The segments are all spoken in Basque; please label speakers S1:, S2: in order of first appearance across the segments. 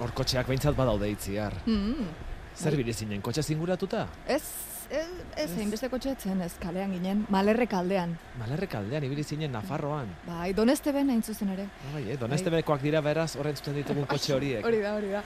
S1: Hor kotxeak behintzat badaude itziar.
S2: Mm,
S1: Zer bide zinen, kotxe zinguratuta?
S2: ez, ez, ez, hainbeste kotxetzen ez kalean ginen, malerrek aldean.
S1: Malarrek aldean ibili zinen Nafarroan.
S2: Bai, doneste ben hain zuzen ere.
S1: Ah, Bai, eh? Donestebekoak dira beraz horren zuten ditugun kotxe horiek.
S2: Bai. Hori da, hori da.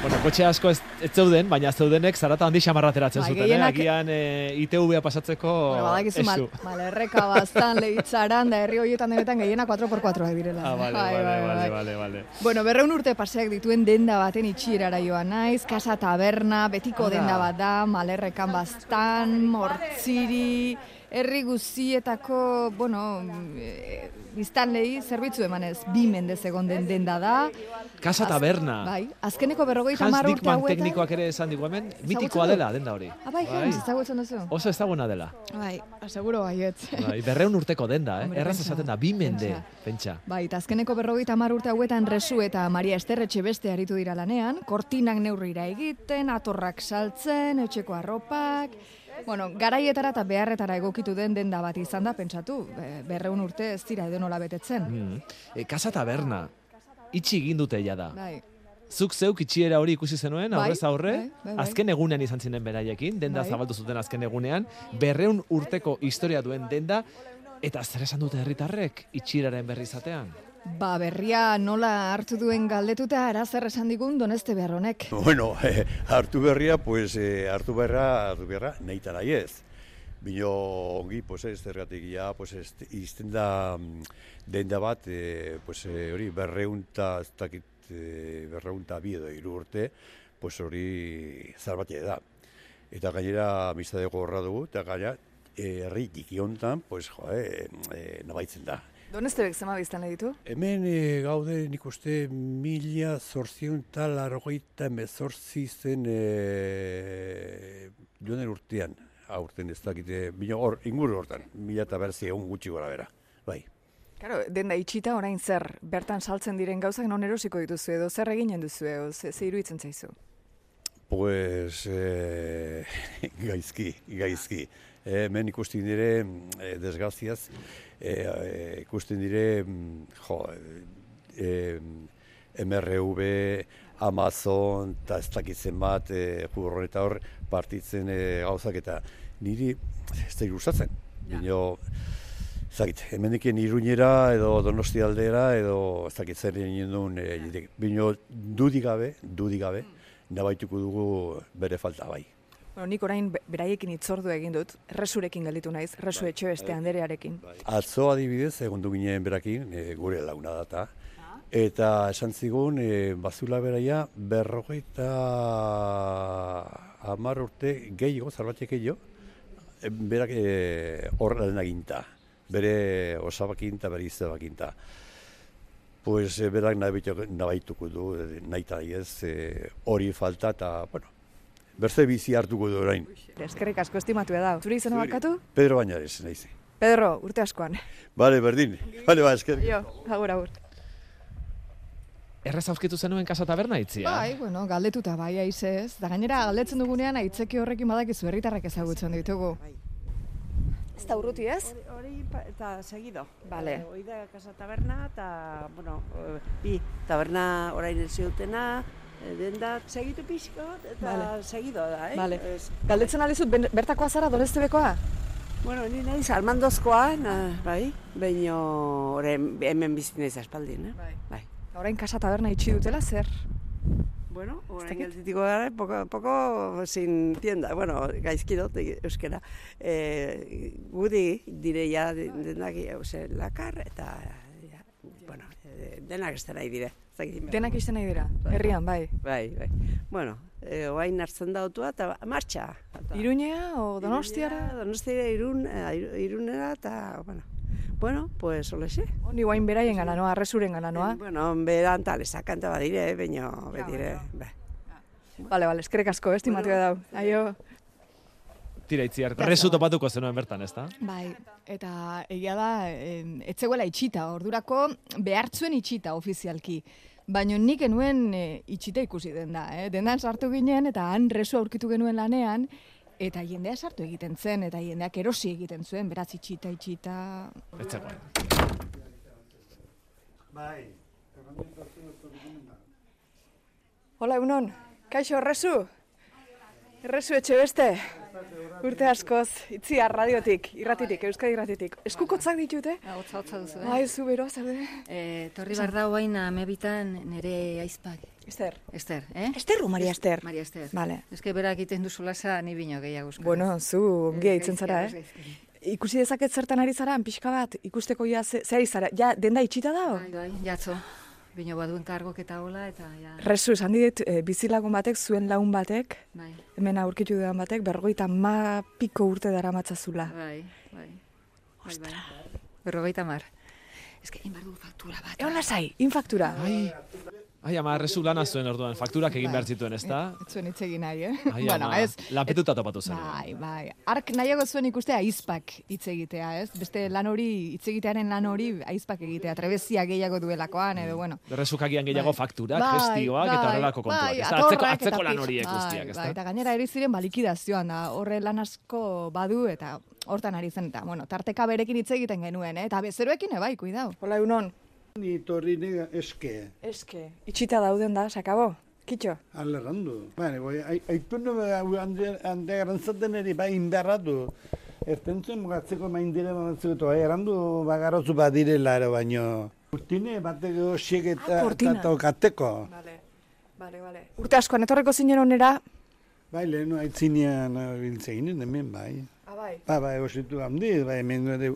S1: Bueno, kotxe asko ez, ez zeuden, baina zeudenek zarata handi xamarrateratzen
S2: Bai,
S1: zuten, eh?
S2: gehienak-
S1: Agian eh, ITV-a pasatzeko
S2: Bueno, badakizu mal,
S1: Oh, esu.
S2: malerreka, baztan, lehitzaran, da herri horietan denetan gehiena 4x4 direla.
S1: Ah, vale,
S2: Bai,
S1: vale,
S2: bai, bai.
S1: vale, vale, vale.
S2: Bueno, berreun urte paseak dituen denda baten itxierara joan naiz, kasa taberna, betiko
S1: Ara.
S2: denda bat da, malerrekan bastan, mortziri, herri guzietako, bueno, e, biztanlei zerbitzu emanez, bi mendez egon den denda da.
S1: Casa
S2: Az-
S1: taberna.
S2: Bai, azkeneko
S1: Ah.
S2: berrogeita
S1: Hans
S2: hamar urte
S1: Dickman
S2: hauetan.
S1: teknikoak ere esan digu hemen, mitikoa
S2: Ezagutzen du?
S1: dela denda hori.
S2: Ah, bai, Hans, ezagutzen duzu?
S1: Oso ezaguna dela.
S2: Bai, aseguro baietz.
S1: Bai, berreun urteko denda, eh?
S2: Hombre,
S1: Erraz
S2: pentsa.
S1: esaten da, bi mende,
S2: Pentsa.
S1: pentsa.
S2: Bai, eta azkeneko berrogeita hamar urte hauetan Resu eta Maria Esterretxe beste aritu dira lanean, kortinak neurrira egiten, atorrak saltzen, etxeko arropak... Bueno, garaietara eta beharretara egokitu den denda bat izan da, pentsatu, be- berreun urte ez dira edonola betetzen.
S1: Mm. E, Casa taberna, itxi egin dute ja da.
S2: Bai,
S1: Zuk zeuk itxiera hori ikusi zenuen,
S2: Bai,
S1: aurrez aurre,
S2: bai, bai, bai.
S1: azken egunean izan zinen beraiekin, denda
S2: Bai.
S1: zabaldu zuten azken egunean, berreun urteko historia duen denda, eta zer esan dute herritarrek itxiraren berri izatean?
S2: ba berria nola hartu duen galdetuta arazer esan digun doneste behar honek.
S3: Bueno, eh, hartu berria, pues, eh, hartu berra, hartu berra, nahi tara ez. Bino ongi, pues, ez, zergatik ja, pues, ez, izten da mm, denda bat, eh, pues, eh, hori, berreunta, ez dakit, eh, berreunta bi edo hiru urte, pues, hori zarbatia da. Eta gainera, amistade gorra dugu, eta gainera, eh, herri txiki hontan, pues, jo, eh, eh, nabaitzen da.
S2: Doneste bek zema biztan ditu?
S4: Hemen e, gaude nik uste mila zorzion eta largoita mezortzi zen e, joan den urtean, aurten ez dakite, bino hor, inguru hortan, mila eta berzi egun gutxi gora bera, bai.
S2: Claro, denda itxita orain zer, bertan saltzen diren gauzak non erosiko dituzu edo zer eginen duzu edo ze, ze iruditzen zaizu?
S3: Pues eh, gaizki, gaizki. Eh, hemen ikusten dire eh, desgraziaz, eh, eh, ikusten dire mm, jo, eh, MRV, Amazon, eta ez dakitzen bat, eh, jurron eta hor partitzen eh, gauzak eta niri ez da irusatzen. Bino, ez dakit, hemendiken iruñera edo donosti aldera edo ez dakit zer egin duen, e, jendek. bino dudik gabe, dudik gabe, nabaituko dugu bere falta bai.
S2: Bueno, nik orain be- beraiekin itzordua egin dut, resurekin gelditu naiz, resu
S5: Bai,
S2: etxe beste anderearekin.
S3: Atzo adibidez, egon du ginen berakin, e, gure launa data, eta esan zigun, e, bazula beraia berrogeita hamar urte gehiago, zarbatek gehiago, e, berak e, hor lan aginta, bere osabakin eta bere izabakin ta. Pues e, berak nabaitu- nabaituko du, e, nahi eta ez, e, hori falta eta, bueno, berze bizi hartuko du orain.
S2: Eskerrik asko estimatu da. Zure izena barkatu?
S3: Pedro Bañares, naiz.
S2: Pedro, urte askoan.
S3: Bale, berdin. Bale, ba, esker.
S2: Jo, agur, agur.
S1: Erraz aurkitu zenuen Casa taberna itzia?
S2: Bai, bueno, galdetuta bai aiz ez. Da gainera galdetzen dugunean aitzeki horrekin badakizu herritarrak ezagutzen ditugu. Ez da urruti ez?
S5: Hori- Hori pa- eta segido.
S2: Vale.
S5: Eh, Hoi da Casa Taberna eta, bueno, eh, bi taberna orain ez zeutena, eh, denda segitu pixko bat eta
S2: Vale.
S5: segido da, eh?
S2: Vale.
S5: Ez-
S2: Galdetzen alizu bertakoa zara donestebekoa?
S5: bueno, ni naiz almandozkoa, na, bai, baino orain hemen bizi naiz aspaldin, eh?
S2: Bai.
S5: Bai.
S2: Orain kasa taberna itxi dutela zer?
S5: Bueno, orain
S2: dakit.
S5: gelditiko gara, poko, poko sin tienda, bueno, gaizki dut e- euskera. E, gudi dire ja de- denak, ose, lakar eta, ja, bueno, e, denak ez da nahi dire. Ez dakit inbera.
S2: Denak izten nahi dira,
S5: Bai.
S2: herrian, bai.
S5: Bai, bai. Bueno, e, oain hartzen da autua eta martxa. Eta-
S2: Iruñea o donostiara?
S5: Iruñera, Donostiara, irun, eh, iru- irunera eta, bueno, bueno, pues olexe.
S2: Ni guain beraien gana noa, arresuren gana noa.
S5: Eh, Bueno, beran talesak kanta badire, eh, baino, betire, bai.
S2: Bale, bale, eskerrik asko, estimatu dau. Aio.
S1: Tira itziar, resu topatuko zenuen bertan, ezta?
S2: Bai, eta egia da, em, ez zegoela itxita, ordurako behartzuen itxita ofizialki. Baina nik enuen e, itxita ikusi denda, eh? dendan sartu ginen eta han resu aurkitu genuen lanean, eta jendea sartu egiten zen, eta jendeak erosi egiten zuen, beraz itxita, itxita...
S1: Ez zegoen.
S2: Hola, egunon. Kaixo, Errezu? Errezu etxe beste? Urte askoz, itzia radiotik, irratitik, euskadi irratitik. Eskukotzak ditute?
S6: Ba, Hotza hotza duzu, eh?
S2: Ai, zu bero, zaude.
S6: Eh, torri bar da guaina mebitan nire aizpak.
S2: Ester.
S6: Ester, eh?
S2: Esterru, Maria Ester.
S6: Maria Ester.
S2: Vale.
S6: Ez que berak egiten duzu lasa ni bino gehiago euskara.
S2: Bueno, zu ongi
S6: Gaizki,
S2: eitzen zara, eh?
S6: gaizki.
S2: Ikusi dezaket zertan ari zara, pixka bat, ikusteko ia ze, ze ari zara. Ja, denda itxita da?
S6: Bai, bai, jatzo. Bino baduen kargok eta hola, eta ja,
S2: Rezu, esan dit, e, bizilagun batek, zuen lagun batek,
S6: bai,
S2: hemen aurkitu dudan batek, bergoita ma piko urte dara matzazula.
S6: bai, bai. Ostra. Berrogeita mar. Ez que, inbar dugu faktura bat.
S2: Egon lasai, infaktura.
S1: Ai, ai ama, errezu lana zuen orduan, fakturak egin
S2: Bai.
S1: behar zituen, ez da?
S2: Zuen hitz egin nahi, eh?
S1: Ai, ama, lanpetuta topatu zen.
S2: Bai, bai. Ark nahiago zuen ikustea aizpak hitz egitea, ez? Beste lan hori, hitz egitearen lan hori aizpak egitea, trebezia gehiago duelakoan, edo, bueno.
S1: Errezuk agian gehiago fakturak,
S2: Bai,
S1: Mm. gestioak eta
S2: bai,
S1: horrelako kontuak.
S2: bai,
S1: ez da, atzeko,
S2: atorrak
S1: atzeko
S2: eta
S1: lan
S2: pix-
S1: horiek
S2: bai,
S1: guztiak, ez
S2: Bai,
S1: da?
S2: eta gainera eri ziren balikidazioan da, horre lan asko badu eta hortan ari zen, eta, bueno, tarteka berekin hitz egiten genuen, eh? eta bezeroekin ebai, kuidao. Hola, egunon.
S7: Ni torri nega eske,
S2: Eske, itxita dauden da, sakabo. Kitxo.
S7: alerrandu. Bane, bai, ai- aitunu hau hande garantzaten ere, bai, indarratu. Ertentzen mugatzeko maindire mamatzeko, eta bai, errandu bagarozu badirela ere baino. Urtine batek hosiek eta
S2: Ah, cortina.
S7: eta tokateko.
S2: Vale, vale, vale. Urte askoan etorreko zinen onera.
S7: Bai, lehenu aitzinean biltzeginen hemen, bai.
S2: Abai.
S7: Ba, bai, hositu handi, bai, hemen ere,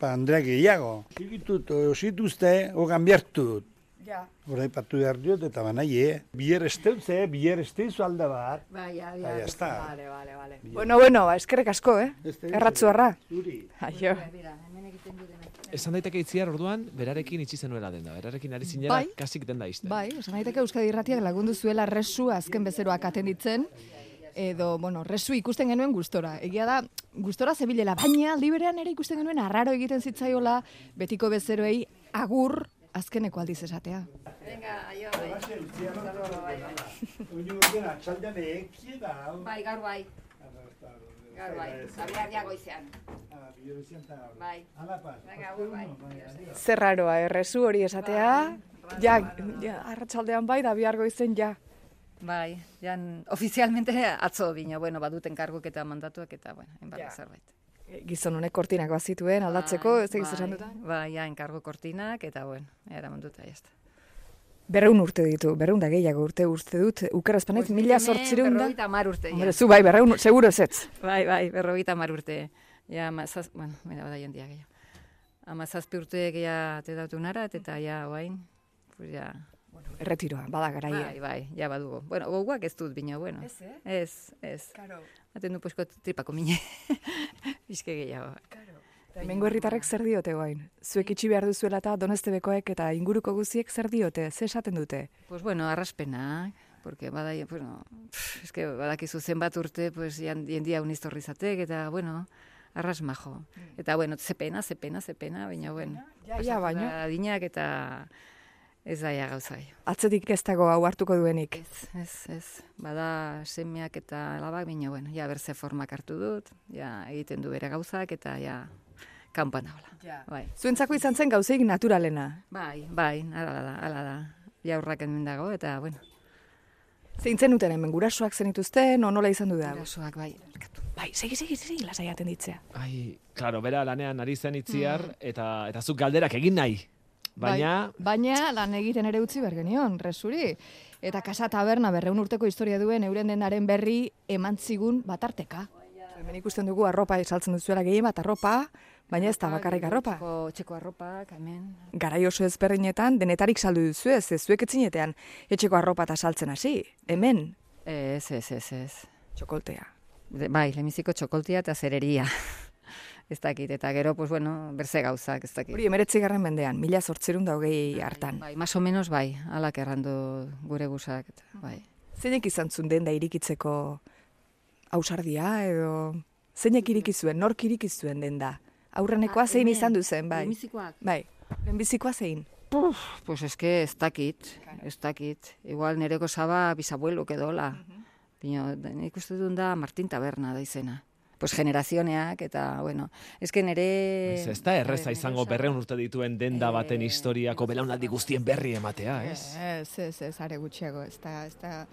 S7: ba, Andrea gehiago. eh, Sikitut, hosituzte, ogan biertut.
S2: Ja.
S7: Horai patu behar diot eta banaie. Bier esteutze, bier esteizu alda bat.
S6: Bai, ja, ja.
S7: Bai, ez da.
S2: Vale, vale, vale. Bueno, bueno, ba, eskerrek asko, eh?
S7: Beste-
S2: Erratzu harra.
S7: Zuri.
S2: Aio.
S6: Bera, hemen egiten dudena.
S1: Esan daiteke itziar orduan, berarekin itxi zenuela denda. Berarekin ari zinera,
S2: Bai.
S1: kasik denda izten.
S2: Bai, esan daiteke Euskadi Irratiak lagundu zuela resu azken bezeroak atenditzen edo, bueno, resu ikusten genuen gustora. Egia da, gustora zebilela, baina liberean ere ikusten genuen arraro egiten zitzaiola betiko bezeroei agur azkeneko aldiz esatea.
S6: Bai,
S2: Bai,
S7: Oinu urtean atxaldean eki da. hau.
S6: Bai, gaur bai, gaur bai. Zabiar ja goizean,
S7: Ah, bihar izan da.
S6: bai.
S7: Hala pas.
S6: Venga, agur, bai.
S2: Zer raroa, erresu hori esatea, ja, ja, arratsaldean bai, da bihar goizen ja.
S6: Bai, jan, ofizialmente atzo bino, bueno, baduten kargok eta mandatuak eta, bueno, enbarra
S2: Ja.
S6: zerbait.
S2: Eh, Gizon honek kortinak bazituen, aldatzeko, ez egiz esan dutan.
S6: Bai, ja, enkargo kortinak eta, bueno, eraman duta, jazta.
S2: Berreun urte ditu, berreun da gehiago urte urte dut, ukerazpanet, mila sortzireun da.
S6: Berrogeita mar urte,
S2: Hombre,
S6: ja.
S2: zu bai, berreun, seguro ezetz.
S6: Bai, bai, berrogeita mar urte. Ja, mazaz, bueno, mira, bai, bada jondia gehiago. Amazazpi urte gehiago te dautu narat, eta ja, oain, pues ja,
S2: Erretiroa, bada garaia.
S6: bai, bai, ja badugu. Bueno, goguak ez dut bino, bueno. Ez, eh? Ez, ez.
S2: Karo.
S6: Aten du posko tripako mine. Bizke gehiago.
S2: Hemengo herritarrek zer diote guain? Zuek itxi behar duzuela eta donestebekoek eta inguruko guziek zer diote, ze esaten dute?
S6: Pues bueno, arraspenak, porque badai, bueno, pff, eske badakizu zenbat urte, pues jan- jendia unistorri zatek, eta bueno, arras majo. Eta bueno, ze pena, ze pena, Mm. ze pena, baina bueno.
S2: Ja, ja,
S6: pasatu
S2: baino.
S6: da Adinak eta ez daia gauza. gehiago.
S2: Atzetik ez dago hau hartuko duenik.
S6: Ez, ez, ez. Bada semeak eta labak, baina bueno, ja berze formak hartu dut, ja egiten du bere gauzak, eta ja kanpana hola. Bai.
S2: Zuentzako izan zen gauzeik naturalena.
S6: Bai, bai, ala da, ala da. Jaurrak hemen dago, eta bueno,
S2: Zein zen duten hemen gurasoak zenituzten, o nola izan du da?
S6: erasoak bai, barkatu.
S2: Bai, segi, segi, segi, lasai aten ditzea.
S1: Ai, klaro, bera lanean ari zen itziar,
S2: Mm.
S1: eta, eta zuk galderak egin nahi. Baina,
S8: Bai, baina lan egiten ere utzi bergenion, resuri. Eta kasa taberna berreun urteko historia duen euren dendaren berri eman zigun batarteka.
S2: Hemen ikusten dugu arropa esaltzen duzuela gehien bat arropa, baina ez da bakarrik arropa.
S6: Txeko, Bai, txeko arropak, hemen.
S2: Garai oso ezberdinetan denetarik saldu duzu ez, ez zuek etzinetean etxeko arropa eta saltzen hasi. Hemen,
S6: Ez, ez, ez, ez.
S2: txokoltea.
S6: De- Bai, lemiziko txokoltia eta zereria. ez dakit, eta gero, pues bueno, berze gauzak, ez dakit.
S2: Hori emeretzi garren mendean, mila sortzerun da hogei hartan.
S6: Bai, más o menos bai, alak errandu gure guzak, eta, bai.
S2: Zeinek izan zuen denda irikitzeko ausardia edo zeinek iriki zuen, nork iriki zuen denda? Aurrenekoa zein izan du zen, bai.
S6: Lemizikoak?
S2: Bai. Lehenbizikoa zein.
S6: Pues eske ez dakit, ez dakit. Igual nereko zaba bisabuelo kedola. Bino, nik uste duen da Martin Taberna da izena. pues generazioneak eta bueno, eske
S2: Bai.
S6: nere
S1: Ez, ez
S2: Eh,
S1: da erreza izango berreun urte dituen denda baten
S6: Eh,
S1: historiako belaunaldi guztien berri ematea,
S2: eh,
S1: ez?
S2: Ez, ez, ez, are gutxiago, ez da, ez da,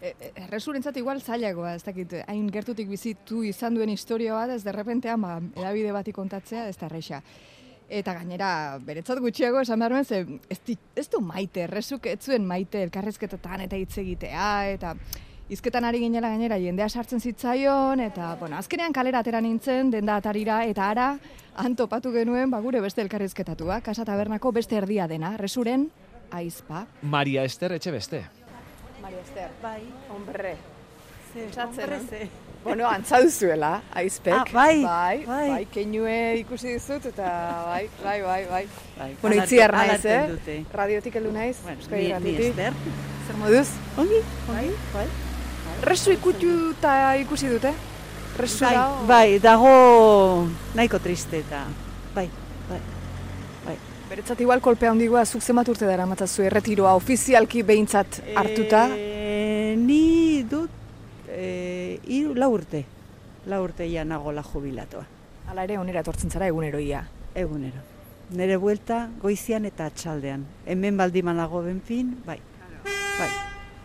S2: e- e- errezurentzat igual zailagoa, ez dakit, hain gertutik bizitu izan duen historia bat, ez derrepentean, ba, edabide bati kontatzea, ez da erresa. Eta gainera, beretzat gutxiago esan behar nuen, ze ez, di- ez du maite, errezuk ez zuen maite elkarrezketetan eta hitz egitea, eta hizketan ari ginela gainera jendea sartzen zitzaion, eta, bueno, azkenean kalera atera nintzen, denda atarira, eta ara, han topatu genuen, ba, gure beste elkarrizketatua, kasa tabernako beste erdia dena, resuren, aizpa.
S1: Maria Ester etxe beste.
S2: Maria Ester.
S5: Bai,
S2: Hombre.
S5: ze,
S2: Pentsatzen,
S5: hombre,
S2: no?
S5: ze.
S2: Bueno, antza duzuela, aizpek.
S5: Ah, bai,
S2: bai, bai.
S5: bai.
S2: keinue ikusi dizut eta bai, bai, bai, bai.
S5: Bai,
S2: Bueno,
S5: alartu-
S2: itziar naiz, eh?
S5: alartzen dute.
S2: Radiotik heldu naiz,
S5: Bueno,
S2: Euskadi
S5: ni, ni
S2: Irratitik.
S5: ester.
S2: Zer moduz?
S5: Ongi, ongi, bai.
S2: Resu ikutu eta ikusi dute? Resu
S5: Bai,
S2: da, o-
S5: bai, dago nahiko triste eta bai, bai.
S2: Beretzat igual kolpea handigoa zuk zenbat urte dara matzazu erretiroa ofizialki behintzat hartuta.
S5: E, ni dut eh hiru lau urte. Lau urte ja nagola jubilatua.
S2: Hala ere onera etortzen zara eguneroia.
S5: Egunero. Nere buelta goizian eta atxaldean. Hemen baldiman nago benpin, bai. Bai.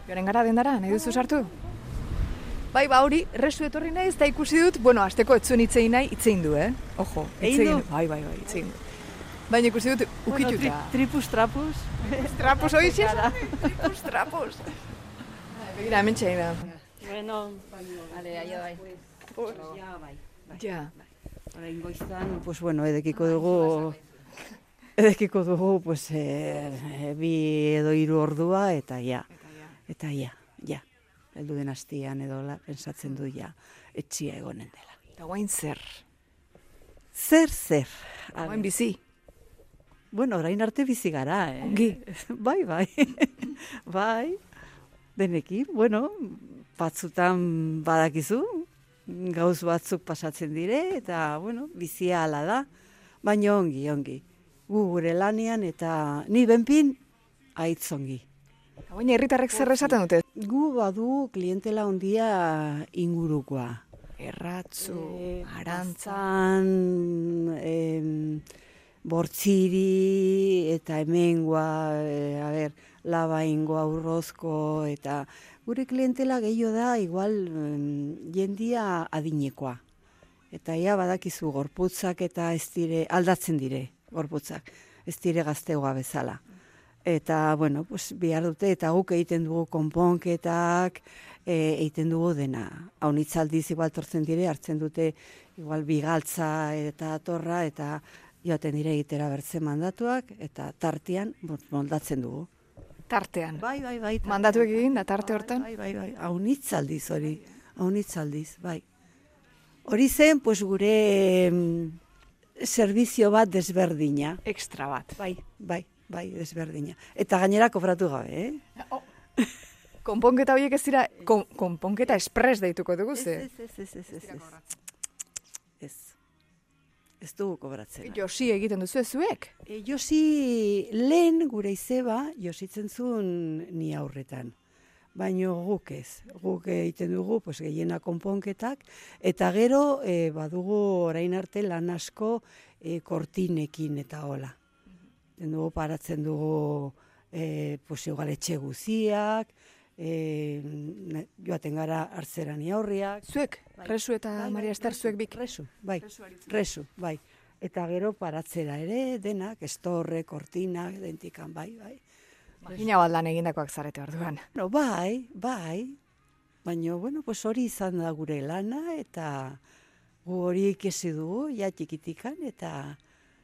S2: Joaren gara dendara, nahi duzu sartu? Bai, ba hori, resu etorri naiz, eta ikusi dut, bueno, asteko etzuen itzein nahi, itzein du, eh? Ojo, hitz
S5: Egin du?
S2: egin Bai, bai, bai, itzein du. Baina ikusi dut,
S5: Bueno, tri,
S2: ukituta.
S5: tripus trapus.
S2: trapos, hori xe esan? Tripus, trapos. Begira, hemen txaina.
S5: Bueno,
S6: Ale, aio bai.
S5: ja, bai.
S2: Ja.
S5: Orain goizan, pues bueno, edekiko dugu edekiko dugu pues eh, bi edo hiru ordua eta ja. Eta ja, ja. Heldu den astian edo la, pensatzen du ja etxia egonen dela.
S2: Eta guain zer.
S5: Zer zer. A
S2: Guain
S5: ber,
S2: bizi.
S5: bueno, orain arte bizi gara, eh.
S2: Ongi.
S5: Bai, bai. bai. Denekin, bueno, batzutan badakizu, gauz batzuk pasatzen dire, eta, bueno, bizia ala da, baina ongi, ongi. Gu gure lanean, eta ni benpin, aitz ongi.
S2: Eta guain herritarrek zer esaten dute.
S5: Gu badu klientela ondia ingurukoa.
S2: Erratzu,
S5: Eh,
S2: arantza.
S5: Baztan, em, bortziri eta hemengoa, e, a ber, labaingoa, urrozko, eta gure klientela gehiago da, igual em, jendia adinekoa. Eta ia badakizu gorputzak eta ez dire, aldatzen dire gorputzak, ez dire gaztegoa bezala. Eta, bueno, pues, bihar dute, eta guk egiten dugu konponketak, e, egiten dugu dena. Haunitzaldiz igual tortzen dire, hartzen dute igual bigaltza eta torra, eta joaten dire egitera bertzen mandatuak, eta tartian mol- moldatzen dugu.
S2: Tartean.
S5: Bai, bai, bai. tartean.
S2: Mandatuek egin da tarte hortan?
S5: Bai, bai, bai, haunitzaldiz hori, haunitzaldiz, bai. Hori zen, pues gure mm, servizio bat desberdina.
S2: Extra bat.
S5: Bai, bai, bai, desberdina. Eta gainera kobratu gabe, eh?
S2: Konponketa horiek ez dira, kon, konponketa espres deituko dugu, ze?
S5: Ez, ez, ez, ez, ez, ez. Ez. Ez dugu kobratzen.
S2: Josi egiten duzu zuek?
S5: E, Josi lehen gure izeba jositzen zuen ni aurretan. Baino guk ez. Guk egiten dugu pues, gehiena konponketak. Eta gero e, badugu orain arte lan asko e, kortinekin eta hola. Egiten dugu paratzen dugu e, pues, igual etxe guziak, e, na- joaten gara hartzera ni aurriak.
S2: Zuek, Resu eta Maria Ester zuek bik.
S5: Resu, bai. Resu, bai. Eta gero paratzera ere, denak, estorre, kortinak, dentikan, bai, bai.
S2: Imagina bat lan egindakoak zarete orduan.
S5: No, bai, bai. Baina, bueno, pues hori izan da gure lana, eta gu hori ikesi dugu, ja txikitikan, eta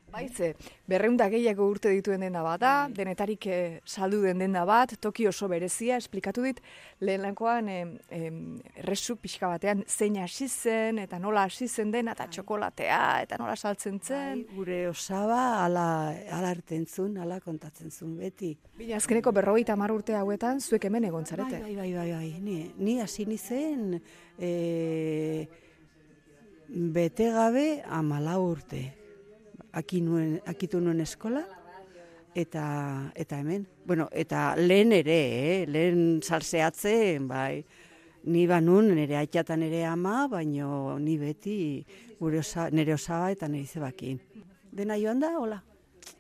S2: Baitze, berreunda gehiago urte dituen denda bat da,
S5: Bai.
S2: denetarik eh, saldu den denda bat, toki oso berezia, esplikatu dit, lehen lankoan em, em, resu pixka batean zein hasi zen, eta nola hasi zen dena, eta txokolatea, eta nola saltzen
S5: bai,
S2: zen.
S5: gure osaba ala, ala ertentzun, ala kontatzen zuen beti.
S2: Bina azkeneko berrogeita hamar urte hauetan zuek hemen egon zarete.
S5: Bai, bai, bai, bai, bai. Ni, ni hasi nizen e, bete gabe amala urte. Aki nuen, akitu nuen eskola, eta, eta hemen. Bueno, eta lehen ere, eh? lehen salseatzen, bai, ni banun nire aitatan nire ama, baino ni beti gure osa, nire osaba eta nire zebakin. Dena joan da, hola,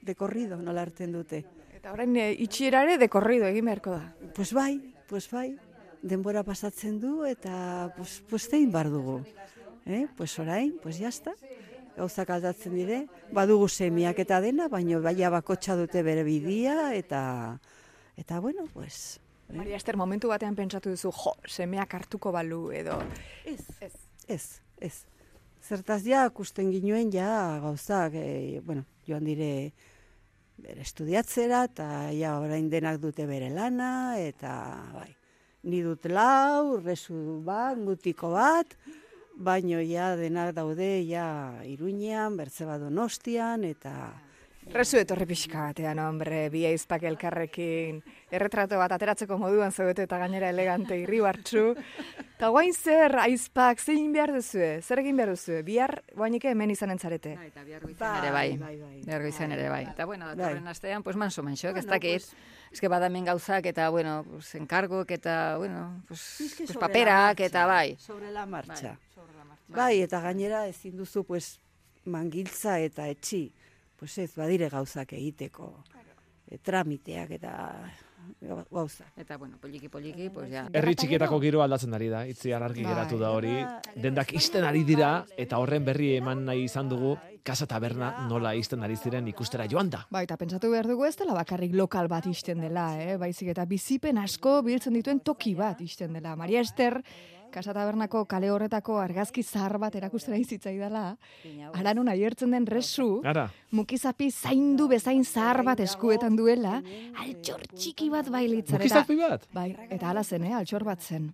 S5: dekorrido nola hartzen dute.
S2: Eta orain e, itxierare dekorrido egin beharko da.
S5: Pues bai, pues bai, denbora pasatzen du eta pues, pues tein bar dugu. Eh? Pues orain, pues jazta, gauzak aldatzen dire, badugu semiak eta dena, baino baia bakotxa dute bere bidia eta, eta bueno, pues...
S2: Eh? Maria Ester, momentu batean pentsatu duzu, jo, semeak hartuko balu edo...
S5: Ez, ez, ez, ez. Zertaz ja, kusten ginuen ja gauzak, e, bueno, joan dire bere estudiatzera, eta ja orain denak dute bere lana, eta bai, ni dut lau, resu bat, mutiko bat, baino ja denak daude ja Iruñean, Bertzeba Donostian eta
S2: Resu etorri pixka batean, hombre, bi aizpak elkarrekin, erretrato bat ateratzeko moduan zaudete eta gainera elegante irribartzu. Eta guain zer aizpak, zein behar duzue, zer egin behar duzue, bihar guainik hemen izan entzarete.
S6: Eta bihar goizan ere bai, bihar goizan ere bai. Eta bueno, datorren astean, pues manso manxoak, ez dakit. Ez que badamen gauzak eta, bueno, pues, enkargok eta, bueno, pues, pues paperak eta bai.
S5: Sobre la marcha. Bai, eta gainera ezin duzu pues mangiltza eta etxi. Pues ez badire gauzak egiteko. E, tramiteak eta gauzak.
S6: Eta bueno, poliki poliki, pues ja.
S1: Herri txikietako giro aldatzen ari da, itzi argi
S2: Bai.
S1: geratu da hori. Dendak isten ari dira eta horren berri eman nahi izan dugu Casa Taberna nola isten ari ziren ikustera joan da.
S2: Ba, eta pentsatu behar dugu ez dela bakarrik lokal bat isten dela, eh? baizik eta bizipen asko biltzen dituen toki bat isten dela. Maria Ester, Kasa Tabernako kale horretako argazki zahar bat erakustera izitzaidala, aranun aiertzen den resu,
S1: Ara.
S2: mukizapi zaindu bezain zahar bat eskuetan duela, altxor txiki bat bailitzan.
S1: Mukizapi bat?
S2: Bai, eta ala zen, eh, altxor bat zen.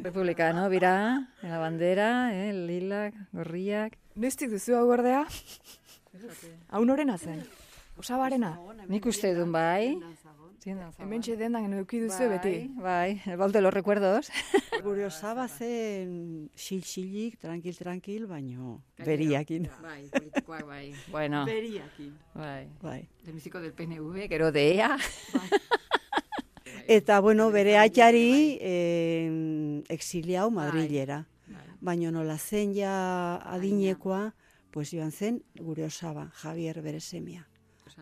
S6: Republicano, bira, la bandera, eh, lilak, gorriak.
S2: Noiztik duzu hau gordea? Hau norena zen? Osabarena?
S6: Nik uste duen bai.
S2: Hemen txedendan eduki duzu beti.
S6: Bai, el baúl de los recuerdos.
S5: Gure osaba zen xil-xilik, tranquil-tranquil, baino beriakin.
S6: Bai, politikoak bai. Bueno.
S5: Beriakin.
S6: Bai.
S5: Bai.
S6: Demiziko del PNV, gero de ea.
S5: Eta,
S6: Bai.
S5: bueno, bere atxari eh, exiliau
S6: Bai.
S5: Madrilera. Baino nola zen ja adinekoa, pues joan zen gure osaba, Javier bere semia.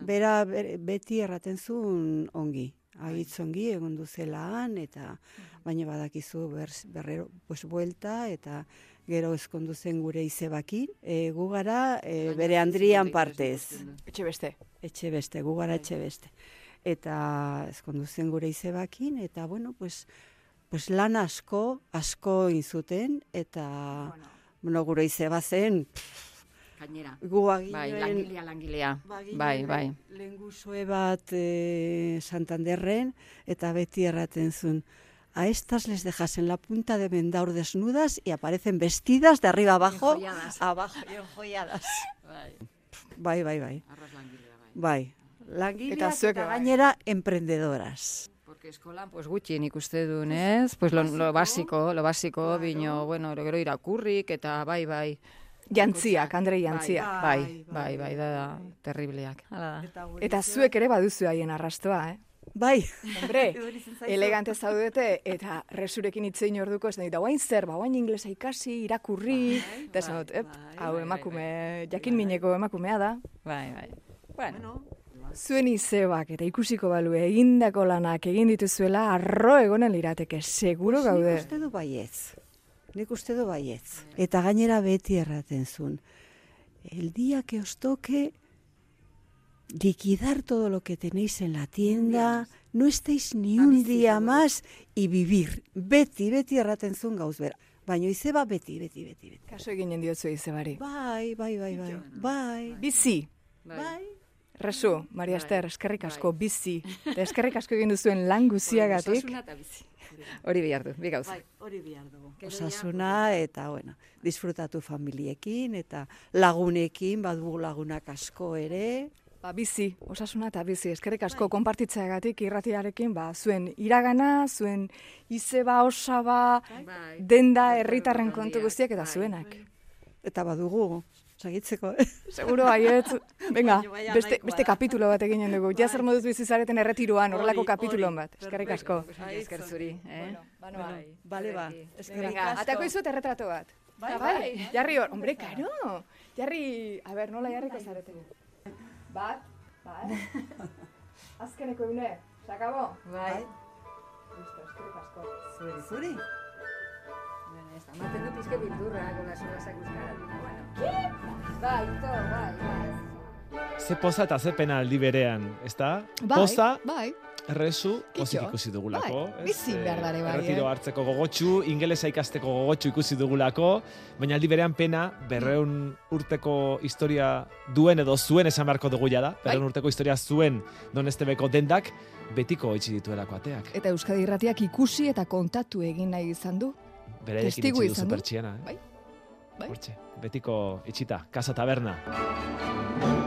S5: Bera bere- beti erraten zuen ongi, agitz ongi egon duzelaan, eta baina badakizu ber, berrero pues, buelta, eta gero ezkondu zen gure izebakin. E, gu gara e, bere Andrian partez.
S2: Etxe beste.
S5: Etxe beste, gu gara etxe beste. Eta ezkondu zen gure izebakin, eta bueno, pues, pues lan asko, asko inzuten, eta bueno, gure izeba zen, pff,
S6: Gainera.
S5: gu
S6: Bai,
S5: aginen,
S6: langilea, langilea. Bai, bai.
S5: lehengusue bat eh, Santanderren, eta beti erraten zuen, a estas les dejas en la punta de mendaur desnudas y aparecen vestidas de arriba abajo,
S6: Enjolladas.
S5: abajo y enjolladas.
S6: Bai,
S5: Bai, bai, bai.
S6: arras langilea, bai.
S5: Bai. Langileak
S2: Eta
S5: eta,
S2: zuek bai.
S5: gainera emprendedoras.
S6: Porque eskolan, pues gutxi nik uste duen, ez? Pues lo, lo básico, lo básico, bino, bueno, gero irakurrik eta bai, bai.
S2: Jantziak, Andre jantziak.
S6: Bai, bai, bai, da, da terribleak. Hala da.
S2: Eta zuek ere baduzu haien arrastoa, eh?
S5: Bai.
S2: Hombre,
S5: Etorri zitzaizu.
S2: elegante zaudete eta resurekin itzein orduko ez da guain zer, ba, guain inglesa ikasi, irakurri, eta esan dut, ep, hau emakume, jakin mineko emakumea da.
S6: Bai, bai. Bueno,
S2: Zuen izebak eta ikusiko balu egindako lanak egin dituzuela arro egonen lirateke, seguro gaude.
S5: Nik uste du baietz. Nik uste du baietz. Eta gainera beti erraten zuen. El día que os toque liquidar todo lo que tenéis en la tienda, no estéis ni un día más y vivir. Beti, beti erraten zuen gauz bera. Baina izeba beti, beti, beti, beti.
S2: Kaso eginen diotzu izebari.
S5: Bai, bai, bai, bai. Bai,
S2: Bizi,
S5: bai.
S2: resu, Maria Ester, eskerrik asko, bizi. Eta eskerrik asko egin duzuen lan guziagatik.
S6: Osasuna eta bizi. Bai. Hori behar du, bi gauza.
S5: hori behar dugu. Osasuna eta, bueno, disfrutatu familiekin eta lagunekin, badugu lagunak asko ere.
S2: Ba, bizi, osasuna eta bizi, eskerrik asko
S6: Bai.
S2: konpartitzeagatik irratiarekin, ba, zuen iragana, zuen izeba, osaba,
S6: Bai.
S2: denda, herritarren kontu
S6: Handiak,
S2: guztiak eta
S6: bai.
S2: zuenak.
S5: Eta badugu Zagitzeko,
S2: Seguro baietz. Venga, beste, beste kapitulo bat eginen dugu. Ja zer moduz bizi zareten erretiroan, horrelako kapitulon bat. Eskerrik asko.
S6: Esker zuri, eh?
S2: Banoa.
S5: Bale ba, eskerrik
S2: Venga,
S5: asko.
S2: atako izut erretrato bat. Bai, bai. Jarri hor, hombre, karo. Jarri, a ber, nola jarriko zarete. Bat, bat. Azkeneko une, sakabo.
S6: Bai,
S2: Listo, eskerrik asko.
S6: zuri.
S5: Zuri?
S6: Bueno, ez da, Maten du pizke bildurra, gola solasak euskara. Bueno. Bai, to, bai, bai.
S1: Ze poza eta ze pena aldi berean, ezta?
S8: Bai,
S1: Poza,
S8: bai.
S1: errezu, pozik
S8: Kitxo.
S1: ikusi dugulako.
S8: Bai,
S1: ez?
S8: bizi behar dare bai,
S1: Erretiro
S8: eh?
S1: hartzeko gogotxu, ingelesa ikasteko gogotxu ikusi dugulako, baina aldi berean pena, berreun urteko historia duen edo zuen esan beharko dugu jada,
S8: Bai.
S1: berreun urteko historia zuen donestebeko dendak, betiko itxi dituelako ateak.
S8: Eta Euskadi Irratiak ikusi eta kontatu egin nahi izan du.
S1: Beraiekin
S8: Testigu
S1: itxi duzu
S8: izan du.
S1: pertsiana, eh?
S8: Bai, bai.
S1: Hortxe, betiko itxita, kasa taberna.